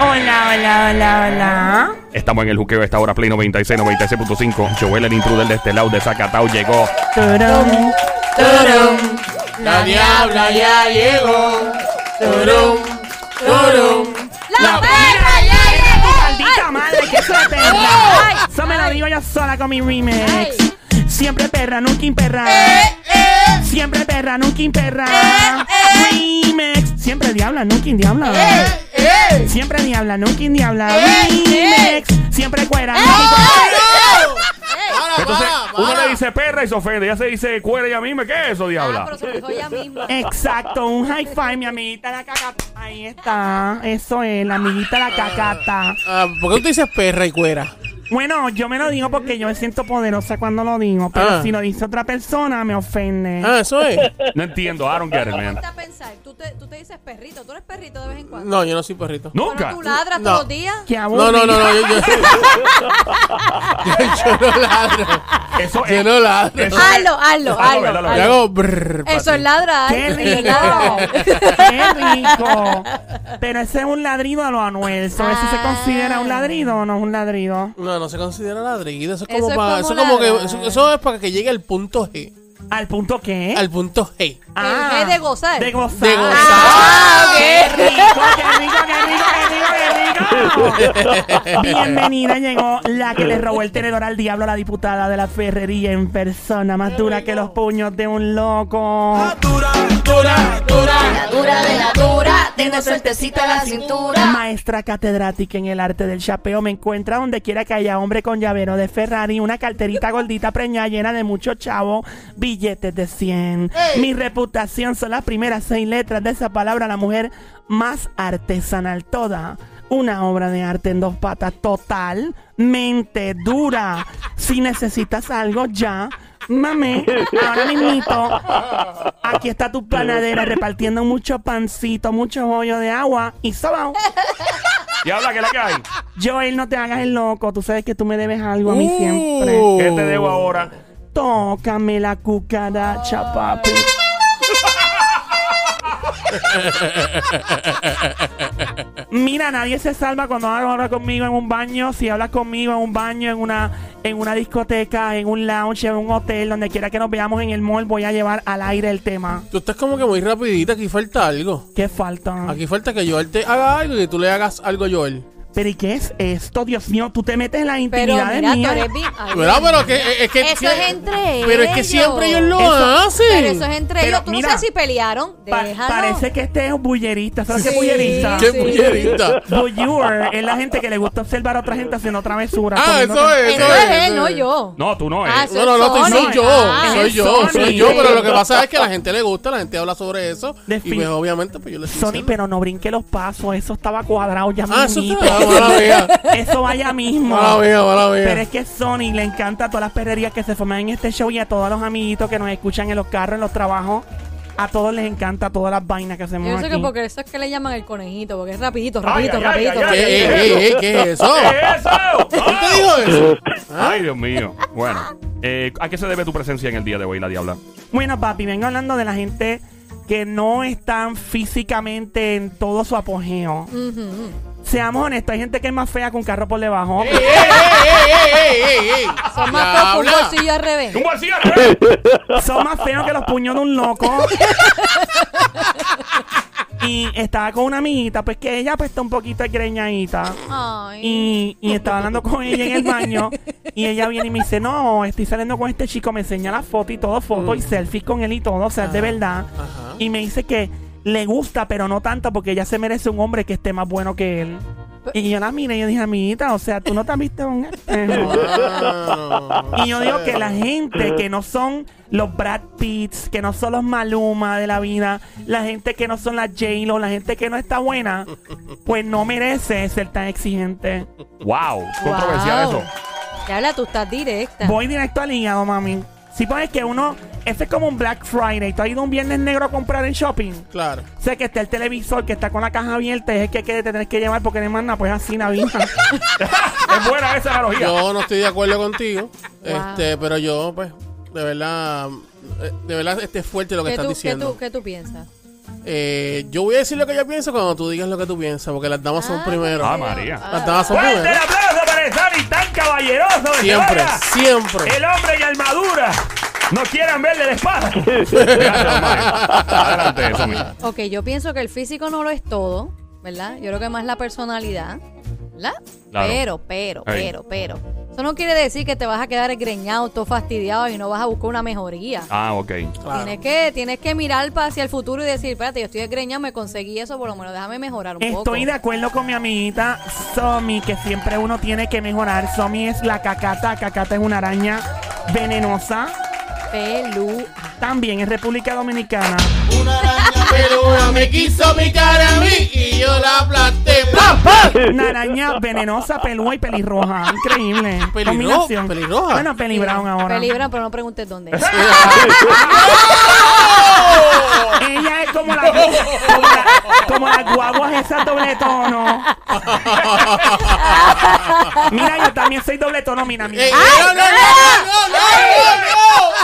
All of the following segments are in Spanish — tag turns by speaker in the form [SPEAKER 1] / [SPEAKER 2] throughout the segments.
[SPEAKER 1] Hola, hola, hola, hola.
[SPEAKER 2] Estamos en el juqueo de esta hora, Play 96, 96.5. Joel, el intruder de este lado de Zacatau, llegó.
[SPEAKER 1] Turum, turum.
[SPEAKER 3] La diabla ya llegó. Turum, turum.
[SPEAKER 4] ¡La perra ya llegó!
[SPEAKER 1] Maldita madre, que eso de perra.
[SPEAKER 4] Ay.
[SPEAKER 1] Eso me lo digo yo sola con mi remix.
[SPEAKER 4] Ay. Eh,
[SPEAKER 1] Siempre perra, nunca imperra. Siempre perra, nunca imperra.
[SPEAKER 4] eh.
[SPEAKER 1] Remix. Siempre diabla, nunca indiabla. Siempre diabla, nunca indiabla.
[SPEAKER 4] Eh,
[SPEAKER 1] Remix. Siempre cuera, nunca cuera.
[SPEAKER 3] Para,
[SPEAKER 2] Entonces,
[SPEAKER 3] para,
[SPEAKER 2] uno
[SPEAKER 3] para.
[SPEAKER 2] le dice perra y se ofende. Ella se dice cuera y a mí me, ¿qué es eso,
[SPEAKER 4] Ah,
[SPEAKER 2] diabla?
[SPEAKER 4] pero se lo dijo ella misma.
[SPEAKER 1] Exacto, un high five, mi amiguita la cacata. Ahí está, eso es, la amiguita la cacata.
[SPEAKER 3] Ah, ¿Por qué tú dices perra y cuera?
[SPEAKER 1] Bueno, yo me lo digo porque yo me siento poderosa cuando lo digo, pero
[SPEAKER 3] Ah.
[SPEAKER 1] si lo dice otra persona me ofende.
[SPEAKER 3] Ah, eso es.
[SPEAKER 2] No entiendo, I don't get it, man.
[SPEAKER 4] Ponte a pensar, tú te, tú te dices perrito, tú eres perrito de vez en cuando.
[SPEAKER 3] No, yo no soy perrito.
[SPEAKER 4] Pero
[SPEAKER 2] Nunca.
[SPEAKER 4] tú ladras
[SPEAKER 3] No.
[SPEAKER 4] todos los días.
[SPEAKER 1] Qué aburrido.
[SPEAKER 3] No, no, no, no, yo, yo, yo- yo no ladro.
[SPEAKER 2] Eso
[SPEAKER 3] Yo
[SPEAKER 2] es.
[SPEAKER 3] no ladro.
[SPEAKER 2] Eso-
[SPEAKER 4] Hazlo, hazlo,
[SPEAKER 2] Ah, no, verdad, lo
[SPEAKER 4] hazlo.
[SPEAKER 3] Yo
[SPEAKER 4] hazlo.
[SPEAKER 3] hago brrr. pa'
[SPEAKER 4] Eso
[SPEAKER 3] ti.
[SPEAKER 4] es ladrar.
[SPEAKER 1] ¡Qué
[SPEAKER 4] Cuidado.
[SPEAKER 1] rico! ¡Qué rico! Pero ese es un ladrido a lo anuel. ¿so ¿Eso
[SPEAKER 4] Ah.
[SPEAKER 1] se considera un ladrido o no es un ladrido?
[SPEAKER 3] No, no se considera ladrido. Eso es
[SPEAKER 4] Eso
[SPEAKER 3] como
[SPEAKER 4] es
[SPEAKER 3] para.
[SPEAKER 4] como
[SPEAKER 3] Eso, es como que,
[SPEAKER 4] ladrar.
[SPEAKER 3] eso, eso es para que llegue al punto G.
[SPEAKER 1] ¿Al punto qué? Ah.
[SPEAKER 3] Al punto G.
[SPEAKER 4] El G de gozar.
[SPEAKER 1] De gozar.
[SPEAKER 3] De gozar.
[SPEAKER 4] Ah,
[SPEAKER 1] ¡Qué
[SPEAKER 4] ok.
[SPEAKER 1] rico, qué rico, qué rico, qué rico, qué rico! Bienvenida, llegó la que le robó el tenedor al diablo, la diputada de la ferrería en persona, más dura que los puños de un loco.
[SPEAKER 5] La dura de la dura, tiene suertecita la cintura.
[SPEAKER 1] Maestra catedrática en el arte del chapeo me encuentra donde quiera que haya hombre con llavero de Ferrari, una carterita gordita preñada llena de muchos chavos, billetes de 100. Mi reputación son las primeras seis letras de esa palabra, la mujer más artesanal toda. Una obra de arte en dos patas totalmente dura. Si necesitas algo ya, mami, ahora mismito, aquí está tu panadera repartiendo mucho pancito, muchos hoyos de agua y sobao.
[SPEAKER 2] Diabla, ¿qué es la que hay?
[SPEAKER 1] Joel, no te hagas el loco. Tú sabes que tú me debes algo a mí
[SPEAKER 3] Uh.
[SPEAKER 1] siempre.
[SPEAKER 2] ¿Qué te
[SPEAKER 3] Oh.
[SPEAKER 2] debo ahora?
[SPEAKER 1] Tócame la cucaracha, papi. Mira, nadie se salva cuando habla conmigo en un baño. Si hablas conmigo en un baño, en una, en una discoteca, en un lounge, en un hotel, donde quiera que nos veamos en el mall, voy a llevar al aire el tema.
[SPEAKER 3] Tú estás como que muy rapidita. Aquí falta algo.
[SPEAKER 1] ¿Qué falta?
[SPEAKER 3] Aquí falta que Joel te haga algo y que tú le hagas algo a Joel.
[SPEAKER 1] Pero ¿y qué es esto? Dios mío, tú te metes en las
[SPEAKER 4] Pero
[SPEAKER 1] intimidades
[SPEAKER 4] mira, tú
[SPEAKER 1] mías.
[SPEAKER 4] eres bien. ay,
[SPEAKER 3] ¿Verdad? Pero que, es que.
[SPEAKER 4] Eso es entre
[SPEAKER 3] Pero es que
[SPEAKER 4] ellos.
[SPEAKER 3] siempre ellos lo
[SPEAKER 4] Eso-
[SPEAKER 3] hacen.
[SPEAKER 4] Pero eso es entre
[SPEAKER 1] Pero
[SPEAKER 4] ellos. Tú
[SPEAKER 1] mira,
[SPEAKER 4] no sabes si pelearon.
[SPEAKER 1] Pa-
[SPEAKER 4] Déjalo.
[SPEAKER 1] parece que este es un bullerista. ¿Sabes qué
[SPEAKER 4] Sí.
[SPEAKER 1] es bullerista?
[SPEAKER 3] ¡Qué
[SPEAKER 4] Sí.
[SPEAKER 3] bullerita!
[SPEAKER 1] Bulleur es la gente que le gusta observar a otra gente haciendo travesuras.
[SPEAKER 3] Ah,
[SPEAKER 1] poniendo
[SPEAKER 3] eso
[SPEAKER 1] tra-
[SPEAKER 3] es,
[SPEAKER 4] Eso
[SPEAKER 3] eso es.
[SPEAKER 4] es él,
[SPEAKER 3] eso
[SPEAKER 4] no
[SPEAKER 3] es.
[SPEAKER 4] yo.
[SPEAKER 2] No, tú no eh.
[SPEAKER 4] Ah,
[SPEAKER 2] eres.
[SPEAKER 4] sí.
[SPEAKER 3] No, no, no, estoy- soy
[SPEAKER 1] Sony.
[SPEAKER 3] yo,
[SPEAKER 4] Ah,
[SPEAKER 3] soy
[SPEAKER 1] es
[SPEAKER 3] yo,
[SPEAKER 1] Sony.
[SPEAKER 3] soy yo, pero lo que pasa es que a la gente le gusta, la gente habla sobre eso
[SPEAKER 1] Defi-
[SPEAKER 3] y pues obviamente pues yo le estoy
[SPEAKER 1] Sony,
[SPEAKER 3] diciendo.
[SPEAKER 1] pero no brinque los pasos. Eso estaba cuadrado ya
[SPEAKER 3] Ah, eso
[SPEAKER 1] mismito.
[SPEAKER 3] está- mala mía,
[SPEAKER 1] Eso vaya mismo.
[SPEAKER 3] mala mía, mala mía.
[SPEAKER 1] Pero es que Sony le encanta a todas las perrerías que se forman en este show y a todos los amiguitos que nos escuchan en los carros, en los trabajos. A todos les encanta todas las vainas que hacemos
[SPEAKER 4] Yo sé
[SPEAKER 1] aquí.
[SPEAKER 4] que porque eso es que le llaman el conejito, porque es rapidito,
[SPEAKER 2] Ay,
[SPEAKER 4] rapidito,
[SPEAKER 2] ay, ay,
[SPEAKER 4] rapidito.
[SPEAKER 2] ay,
[SPEAKER 3] ¿Qué,
[SPEAKER 2] ay,
[SPEAKER 3] eh, eh, eh, ¿qué es eso?
[SPEAKER 2] ¿Qué es eso?
[SPEAKER 3] ¿Quién te dijo eso?
[SPEAKER 2] Ay, Dios mío. Bueno, eh, ¿a qué se debe tu presencia en el día de hoy, la diabla?
[SPEAKER 1] Bueno, papi, vengo hablando de la gente que no están físicamente en todo su apogeo. Seamos honestos, hay gente que es más fea que un carro por debajo.
[SPEAKER 3] ¡Ey, ey, ey, ey, ey, ey!
[SPEAKER 4] Son más feos que un
[SPEAKER 3] Diabla.
[SPEAKER 4] bolsillo al revés.
[SPEAKER 2] ¡Un bolsillo al revés!
[SPEAKER 1] Son más feos que los puños de un loco. y estaba con una amiguita, pues que ella pues está un poquito greñadita.
[SPEAKER 4] Ay.
[SPEAKER 1] Y, y estaba hablando con ella en el baño. Y ella viene y me dice, no, estoy saliendo con este chico. Me enseña la foto y todo, foto y selfies con él y todo. O sea, es de verdad.
[SPEAKER 3] Mm. Ajá.
[SPEAKER 1] Y me dice que le gusta, pero no tanto, porque ella se merece un hombre que esté más bueno que él. Y yo la miré y yo dije, amiguita, o sea, tú no te has visto en un espejo.
[SPEAKER 3] Ah, no.
[SPEAKER 1] Y yo digo que la gente que no son los Brad Pitts, que no son los Maluma de la vida, la gente que no son las J-Lo, la gente que no está buena, pues no merece ser tan exigente.
[SPEAKER 2] ¡Wow! Controversial
[SPEAKER 4] Wow.
[SPEAKER 2] eso.
[SPEAKER 4] Diabla, tú estás directa.
[SPEAKER 1] Voy directo al hígado, mami. Si pones que uno, ese es como un Black Friday, tú has ido un viernes negro a comprar en shopping.
[SPEAKER 3] Claro.
[SPEAKER 1] Sé que está el televisor que está con la caja abierta, es el que, que te tenés que llevar porque no hay más nada, pues así la vida.
[SPEAKER 2] Es buena esa analogía.
[SPEAKER 3] Yo no estoy de acuerdo contigo,
[SPEAKER 4] Wow.
[SPEAKER 3] este, pero yo pues de verdad, eh, de verdad este es fuerte lo que
[SPEAKER 4] ¿Qué
[SPEAKER 3] estás
[SPEAKER 4] tú, qué
[SPEAKER 3] diciendo.
[SPEAKER 4] tú- qué tú piensas?
[SPEAKER 3] Eh, yo voy a decir lo que yo pienso cuando tú digas lo que tú piensas, porque las damas son primero.
[SPEAKER 2] Ah, María.
[SPEAKER 3] Las damas son
[SPEAKER 1] ¡Fuerte el
[SPEAKER 3] primero.
[SPEAKER 1] aplauso para el Sani tan caballeroso! de
[SPEAKER 3] Siempre,
[SPEAKER 1] Cebada!
[SPEAKER 3] siempre.
[SPEAKER 1] ¡El hombre y armadura! ¡No quieran verle la espada!
[SPEAKER 2] Gracias, Mari. Adelante, eso mío.
[SPEAKER 4] Ok, yo pienso que el físico no lo es todo, ¿verdad? Yo creo que más la personalidad, ¿verdad?
[SPEAKER 2] Claro.
[SPEAKER 4] Pero, pero,
[SPEAKER 2] Ahí.
[SPEAKER 4] pero, pero. Eso no quiere decir que te vas a quedar engreñado, todo fastidiado y no vas a buscar una mejoría.
[SPEAKER 2] Ah, ok.
[SPEAKER 3] Claro.
[SPEAKER 4] Tienes, que, tienes que mirar pa- hacia el futuro y decir, espérate, yo estoy engreñado, me conseguí eso, por lo menos déjame mejorar un poco.
[SPEAKER 1] Estoy de acuerdo con mi amiguita Somi, que siempre uno tiene que mejorar. Somi es la cacata. Cacata es una araña venenosa.
[SPEAKER 4] Pelu.
[SPEAKER 1] También es República Dominicana.
[SPEAKER 3] Una araña peluda me quiso picar a mí y yo la aplasté. ¡Pam, pam!
[SPEAKER 1] Una araña venenosa, pelúa y pelirroja. Increíble.
[SPEAKER 3] Pelirro-
[SPEAKER 1] Combinación.
[SPEAKER 3] pelirroja.
[SPEAKER 1] Bueno, pelibrown ahora.
[SPEAKER 4] Pelibran, pero no preguntes dónde.
[SPEAKER 1] Ella es como la, como la- como las guaguas esas doble tono. Mira, yo también soy doble tono, mira, mira.
[SPEAKER 3] Ey, no, no, no, no, no, no, no.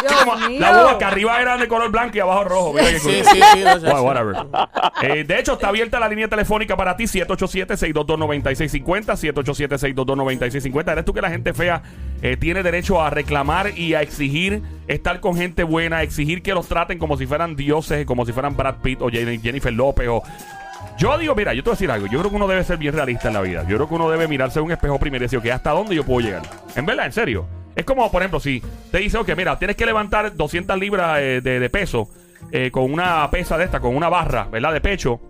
[SPEAKER 4] Dios
[SPEAKER 2] La
[SPEAKER 4] mío.
[SPEAKER 2] boba que arriba era de color blanco y abajo rojo. Mira qué
[SPEAKER 3] Sí,
[SPEAKER 2] curioso.
[SPEAKER 3] sí, sí. no,
[SPEAKER 2] Wow,
[SPEAKER 3] chacho.
[SPEAKER 2] whatever. Eh, de hecho, está abierta la línea telefónica para ti, 787-622-9650, 787-622-9650. ¿Eres tú que la gente fea eh, tiene derecho a reclamar y a exigir estar con gente buena, exigir que los traten como si fueran dioses, como si fueran Brad Pitt o Jen- Jennifer López o... Yo digo, mira, yo te voy a decir algo. Yo creo que uno debe ser bien realista en la vida. Yo creo que uno debe mirarse en un espejo primero y decir, ok, ¿hasta dónde yo puedo llegar? En verdad, en serio. Es como, por ejemplo, si te dice, ok, mira, tienes que levantar 200 libras eh, de, de peso eh, con una pesa de esta, con una barra, ¿verdad? De pecho.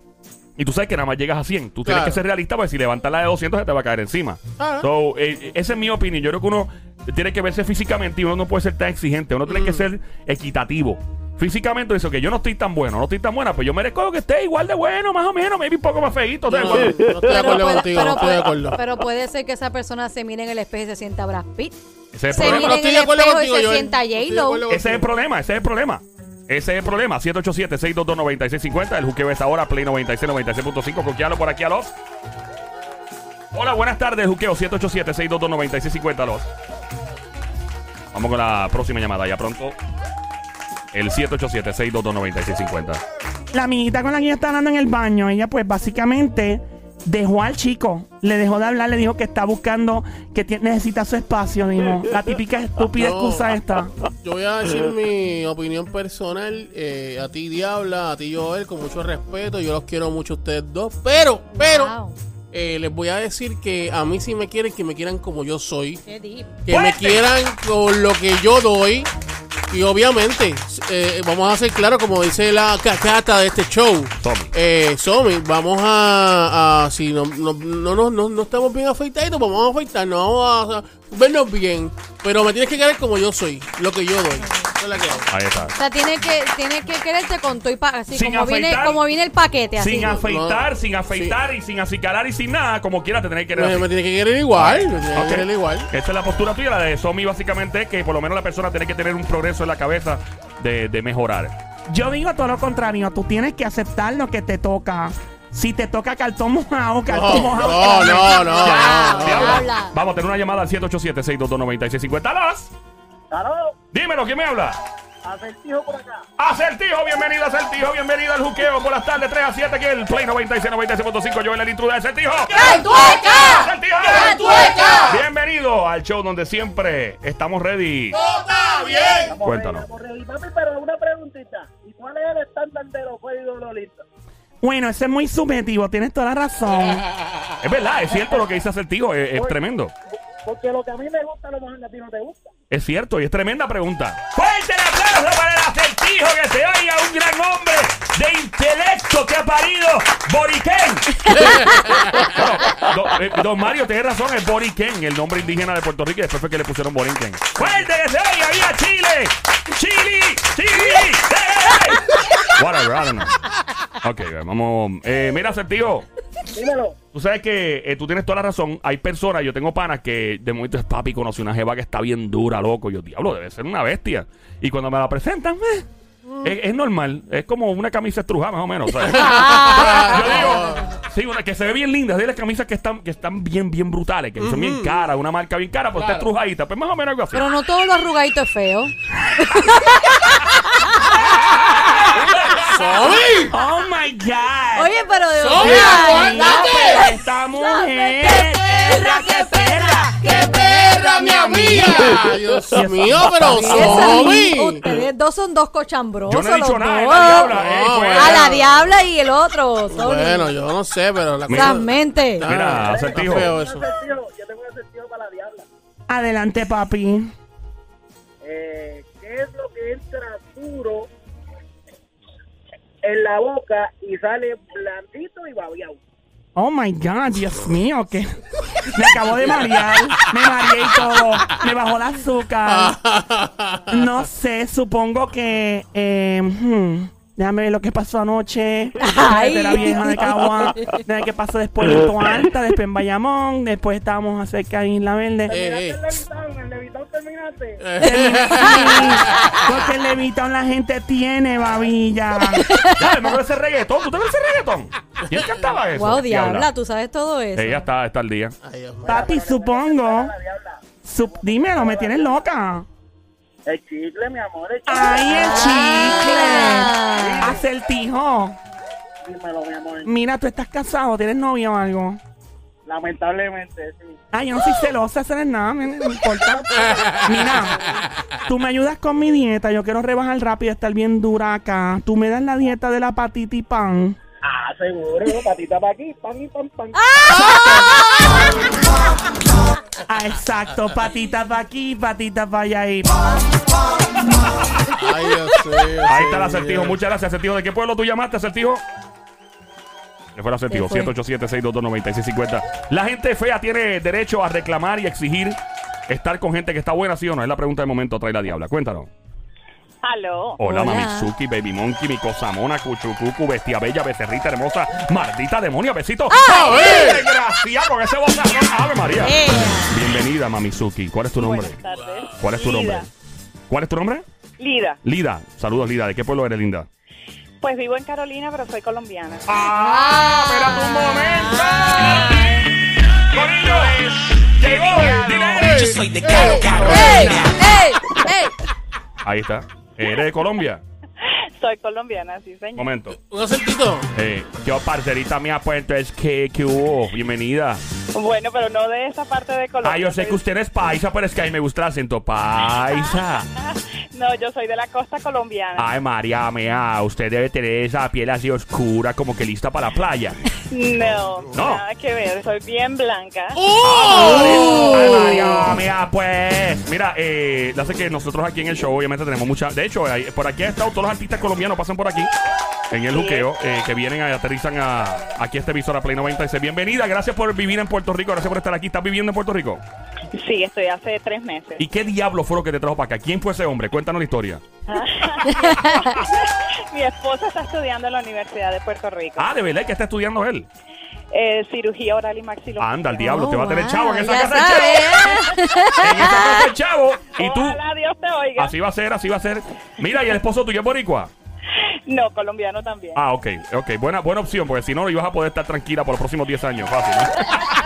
[SPEAKER 2] Y tú sabes que nada más llegas a 100. Tú tienes
[SPEAKER 3] Claro.
[SPEAKER 2] que ser realista porque si levantas la de 200 se te va a caer encima.
[SPEAKER 3] Ah.
[SPEAKER 2] So, eh, esa es mi opinión. Yo creo que uno tiene que verse físicamente y uno no puede ser tan exigente. Uno tiene que ser equitativo. Físicamente dice que yo no estoy tan bueno, no estoy tan buena, pues yo merezco que esté igual de bueno, más o menos, maybe un poco más feíto. o sea,
[SPEAKER 3] No, no
[SPEAKER 2] igual-
[SPEAKER 3] estoy de acuerdo
[SPEAKER 4] puede-
[SPEAKER 3] contigo, no
[SPEAKER 4] pero
[SPEAKER 3] estoy de
[SPEAKER 4] puede-
[SPEAKER 3] acuerdo.
[SPEAKER 4] pero puede ser que esa persona se mire en el espejo y se sienta Brad Pitt.
[SPEAKER 2] Ese es el
[SPEAKER 4] Se
[SPEAKER 2] problema.
[SPEAKER 4] mira
[SPEAKER 3] Pero
[SPEAKER 4] en
[SPEAKER 3] estoy
[SPEAKER 4] el
[SPEAKER 3] de acuerdo
[SPEAKER 4] espejo y
[SPEAKER 3] contigo,
[SPEAKER 4] se
[SPEAKER 3] Joel.
[SPEAKER 4] sienta
[SPEAKER 3] Estoy de
[SPEAKER 4] J-Lo.
[SPEAKER 3] acuerdo contigo.
[SPEAKER 2] Ese es el problema, ese es el problema. Ese es el problema. 787-622-9650. El juqueo es ahora, Play 96, 96.5. Coquealo por aquí a los. Hola, buenas tardes, juqueo. 787-622-9650. Los. Vamos con la próxima llamada. Ya pronto. El 787-622-9650.
[SPEAKER 1] La amiguita con la que ella está hablando en el baño, ella pues básicamente dejó al chico, le dejó de hablar, le dijo que está buscando, que tie- necesita su espacio, dijo. La típica estúpida
[SPEAKER 3] No.
[SPEAKER 1] excusa esta.
[SPEAKER 3] Yo voy a decir mi opinión personal. eh, a ti, Diabla, a ti, Joel, con mucho respeto. Yo los quiero mucho a ustedes dos. Pero, pero,
[SPEAKER 4] Wow.
[SPEAKER 3] eh, les voy a decir que a mí sí me quieren, que me quieran como yo soy.
[SPEAKER 4] Qué deep.
[SPEAKER 3] Que me quieran con lo que yo doy. Y obviamente, eh, vamos a ser claros, como dice la cacata de este show.
[SPEAKER 2] Tommy.
[SPEAKER 3] Eh, Somi, vamos a, a- si no, no, no, no, no- no estamos bien afeitaditos, pues vamos a afeitarnos, vamos a, a vernos bien. Pero me tienes que querer como yo soy, lo que yo doy. Eso es la que hago.
[SPEAKER 2] Ahí está.
[SPEAKER 4] O sea, tiene que, tiene que quererte con tu y pa- así
[SPEAKER 2] Sin
[SPEAKER 4] como viene,
[SPEAKER 2] afeitar.
[SPEAKER 4] como viene el paquete, así.
[SPEAKER 2] Sin afeitar,
[SPEAKER 3] no.
[SPEAKER 2] sin afeitar y sin acicalar y sin nada, como quiera, te tenés que
[SPEAKER 3] Me,
[SPEAKER 2] así.
[SPEAKER 3] me tiene que querer igual, me tiene
[SPEAKER 2] Ok.
[SPEAKER 3] que querer igual.
[SPEAKER 2] Esa es la postura tuya, la de Somi, básicamente, que por lo menos la persona tiene que tener un progreso en la cabeza de, de mejorar.
[SPEAKER 1] Yo digo todo lo contrario, tú tienes que aceptar lo que te toca. Si te toca cartón mojado, cartón
[SPEAKER 3] No,
[SPEAKER 1] mojado.
[SPEAKER 3] no, no, no, no,
[SPEAKER 4] Ya,
[SPEAKER 3] no.
[SPEAKER 4] ya.
[SPEAKER 2] Diabla.
[SPEAKER 4] habla.
[SPEAKER 2] Vamos a tener una llamada al 787-622-9650. ¡Alas!
[SPEAKER 6] Claro,
[SPEAKER 2] Dímelo, ¿quién me habla?
[SPEAKER 6] acertijo por acá.
[SPEAKER 2] Acertijo, bienvenido, acertijo, bienvenido al juqueo. Buenas tardes, 3 a 7, aquí en el Play 96, 96.5. Yo en el intruder, acertijo. ¡Acertijo! Bienvenido al show donde siempre estamos ready.
[SPEAKER 3] ¡Está bien!
[SPEAKER 6] Estamos
[SPEAKER 2] Cuéntanos.
[SPEAKER 6] ready, estamos ready. Papi, pero una preguntita. ¿Y cuál es el estándar de los juegos de los listos?
[SPEAKER 1] Bueno, eso es muy subjetivo, tienes toda la razón.
[SPEAKER 2] Es verdad, es cierto lo que dice acertijo, es, es tremendo.
[SPEAKER 6] Porque lo que a mí me gusta, a lo mejor a ti no te gusta.
[SPEAKER 2] Es cierto, y es tremenda pregunta. ¡Fuerte el aplauso para el acertijo que se oiga un gran hombre de intelecto que ha parido Boriquén! Bueno, don, eh, don Mario, tiene razón, es Boriquén, el nombre indígena de Puerto Rico, y después fue que le pusieron Borinquen. ¡Fuerte que se oiga! ¡Viva Chile! ¡Chile! ¡Chile! ¡eh, ¡Hey! Whatever, I don't know. Ok, vamos. Eh, mira, acertijo.
[SPEAKER 6] Dímelo.
[SPEAKER 2] Tú sabes que eh, tú tienes toda la razón. Hay personas, yo tengo panas que de momento es papi, conocí una jeva que está bien dura, loco. Yo, diablo, debe ser una bestia. Y cuando me la presentan, eh,
[SPEAKER 4] Mm.
[SPEAKER 2] es, es normal. Es como una camisa estrujada, más o menos. ¿sabes?
[SPEAKER 4] Ah.
[SPEAKER 2] Ah. yo digo, sí, una que se ve bien linda. Es de las camisas que están, que están bien, bien brutales, que son bien caras, una marca bien cara, pues está estrujadita. Pues más o menos algo así.
[SPEAKER 4] Pero no todo lo arrugadito es feo.
[SPEAKER 3] ¡Somi!
[SPEAKER 1] ¡Oh, my God!
[SPEAKER 4] Oye, pero de
[SPEAKER 3] Sonia,
[SPEAKER 4] verdad,
[SPEAKER 1] No,
[SPEAKER 3] aguántate.
[SPEAKER 1] pero esta mujer!
[SPEAKER 5] perra, qué perra,
[SPEAKER 3] ¡Qué perra, mi amiga! Dios mío, pero
[SPEAKER 4] esa-
[SPEAKER 3] Somi.
[SPEAKER 4] Ustedes dos son dos cochambrosos.
[SPEAKER 2] Yo no he dicho
[SPEAKER 4] los
[SPEAKER 2] nada, la
[SPEAKER 4] dos.
[SPEAKER 2] diabla, eh,
[SPEAKER 3] No,
[SPEAKER 2] pues.
[SPEAKER 4] A la diabla y el otro. Sony.
[SPEAKER 3] Ah, Bueno, yo no sé, pero la
[SPEAKER 2] Mira.
[SPEAKER 4] Esas
[SPEAKER 3] cosa...
[SPEAKER 4] mentes.
[SPEAKER 3] Ah,
[SPEAKER 2] Mira,
[SPEAKER 3] está
[SPEAKER 2] acertijo.
[SPEAKER 3] feo eso.
[SPEAKER 6] sentido, yo tengo un sentido para la diabla.
[SPEAKER 1] Adelante, papi.
[SPEAKER 6] Eh, ¿Qué es lo que entra duro en la boca y sale blandito y babiado?
[SPEAKER 1] Oh my God, Dios mío, que me acabo de marear, me mareé y todo, me bajó el azúcar. No sé, supongo que. eh, hmm, déjame ver lo que pasó anoche.
[SPEAKER 4] Ay.
[SPEAKER 1] De la vieja de Caguán. Déjame ver qué pasó después en Toa Alta, después en Bayamón, después estábamos acerca de Isla Verde.
[SPEAKER 3] Eh, eh.
[SPEAKER 6] Levitón, el levitón terminaste.
[SPEAKER 1] Porque el levitón la gente tiene, babilla.
[SPEAKER 2] Ya, me acuerdo ese reggaetón. ¿Tú te ves ese reggaetón? ¿Quién cantaba eso?
[SPEAKER 4] Wow, diabla, tú sabes todo eso.
[SPEAKER 2] Ella está, está al día.
[SPEAKER 3] Ay, Dios mío.
[SPEAKER 1] Papi, supongo. sup- dímelo, me tienes loca.
[SPEAKER 6] El chicle, mi amor, el chicle.
[SPEAKER 1] ¡Ay, el chicle!
[SPEAKER 4] Ah.
[SPEAKER 1] Acertijo.
[SPEAKER 6] Dímelo, mi amor.
[SPEAKER 1] Mira, tú estás casado, tienes novio o algo.
[SPEAKER 6] Lamentablemente, sí.
[SPEAKER 1] Ay, yo no soy celosa, eso no es nada, me- no me importa. Mira, tú me ayudas con mi dieta, yo quiero rebajar rápido, estar bien dura acá. Tú me das la dieta de la patita y pan.
[SPEAKER 6] Ah, seguro, patita para aquí, pan y pan, pan.
[SPEAKER 1] Ah, exacto, patitas para aquí, patitas para allá. y-
[SPEAKER 3] Ay, Dios mío.
[SPEAKER 2] Ahí está el acertijo. Muchas gracias, acertijo. ¿De qué pueblo tú llamaste, acertijo? ¿Qué fue el acertijo?
[SPEAKER 4] ¿Qué fue?
[SPEAKER 2] 787-622-9650. La gente fea tiene derecho a reclamar y exigir estar con gente que está buena, ¿sí o no? Es la pregunta del momento. Trae la diabla. Cuéntanos.
[SPEAKER 7] Aló.
[SPEAKER 2] Hola,
[SPEAKER 4] Hola.
[SPEAKER 2] Mamizuki, Baby Monkey, mi cosa mona, Cuchucucu, Bestia Bella, Becerrita Hermosa, Maldita Demonia, Besito. ¡Ay! ¡Desgracia con ese bozarrón! ¡Ave María!
[SPEAKER 4] Eh.
[SPEAKER 2] Bienvenida, Mamizuki. ¿Cuál es tu nombre?
[SPEAKER 7] Buenas tardes.
[SPEAKER 2] ¿Cuál es tu
[SPEAKER 7] Lida.
[SPEAKER 2] nombre? ¿Cuál es tu nombre?
[SPEAKER 7] Lida.
[SPEAKER 2] Lida. Saludos, Lida. ¿De qué pueblo eres, Linda?
[SPEAKER 7] Pues vivo en Carolina, pero soy colombiana.
[SPEAKER 2] ¡Ah! ¡Espérate un momento! ¡Corillo! ¡Llegó el dinero!
[SPEAKER 8] Yo soy de Caro, Caro.
[SPEAKER 4] ¡Ey! ¡Ey! ey.
[SPEAKER 2] Ahí está. ¿Eres de Colombia?
[SPEAKER 7] Soy colombiana, sí, señor.
[SPEAKER 2] Momento.
[SPEAKER 3] ¿Un acertito?
[SPEAKER 2] Eh, yo, parcerita mía, pues entonces, ¿qué, qué hubo? Bienvenida.
[SPEAKER 7] Bueno, pero no de esa parte de Colombia.
[SPEAKER 2] Ah, yo sé que usted es paisa, pero es que a mí me gusta el acento paisa.
[SPEAKER 7] No, yo soy de la costa colombiana.
[SPEAKER 2] Ay, María mía, usted debe tener esa piel así oscura, como que lista para la playa.
[SPEAKER 7] No,
[SPEAKER 2] No.
[SPEAKER 7] nada que ver. Soy bien blanca.
[SPEAKER 2] Ay,
[SPEAKER 3] ¡Oh!
[SPEAKER 2] María mía, pues. Mira, eh, la sé que nosotros aquí en el show, obviamente, tenemos mucha. De hecho, eh, por aquí han estado todos los artistas colombianos, pasan por aquí. En el juqueo, eh, que vienen y aterrizan a, aquí a este visor a Play 96. Bienvenida, gracias por vivir en Puerto Rico, gracias por estar aquí. ¿Estás viviendo en Puerto Rico?
[SPEAKER 7] Sí, estoy hace tres meses.
[SPEAKER 2] ¿Y qué diablo fue lo que te trajo para acá? ¿Quién fue ese hombre? Cuéntanos la historia.
[SPEAKER 7] Mi esposa está estudiando en la Universidad de Puerto Rico.
[SPEAKER 2] Ah, de verdad que está estudiando él.
[SPEAKER 7] Eh, cirugía oral y maxilofacial.
[SPEAKER 2] Anda, el diablo,
[SPEAKER 4] Oh,
[SPEAKER 2] te va a tener
[SPEAKER 4] wow,
[SPEAKER 2] chavo en esa
[SPEAKER 4] ya
[SPEAKER 2] casa de
[SPEAKER 4] sabe.
[SPEAKER 2] chavo. En esa casa de chavo. Y tú, Ah,
[SPEAKER 7] Ojalá Dios te oiga.
[SPEAKER 2] así va a ser, así va a ser. Mira, y el esposo tuyo es boricua.
[SPEAKER 7] No, colombiano también.
[SPEAKER 2] Ah, ok, ok. Buena, buena opción, porque si no, ibas a poder estar tranquila por los próximos 10 años. Fácil, ¿no?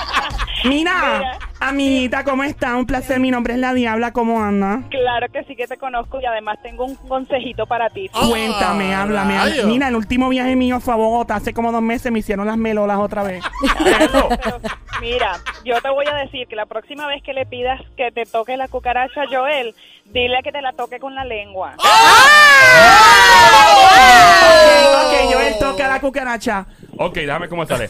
[SPEAKER 1] Mira, amiguita, ¿cómo está? Un placer, mi nombre es La Diabla, ¿cómo anda?
[SPEAKER 7] Claro que sí que te conozco y además tengo un consejito para ti.
[SPEAKER 3] Ah,
[SPEAKER 1] Cuéntame, háblame. hab-
[SPEAKER 3] rayos.
[SPEAKER 1] Mira, el último viaje mío fue a Bogotá. Hace como dos meses me hicieron las melolas otra vez.
[SPEAKER 2] Eso.
[SPEAKER 7] Pero, Mira, yo te voy a decir que la próxima vez que le pidas que te toque la cucaracha, Joel, dile que te la toque con la lengua.
[SPEAKER 1] ok, ok, yo él toca la cucaracha.
[SPEAKER 2] Ok, déjame cómo sale.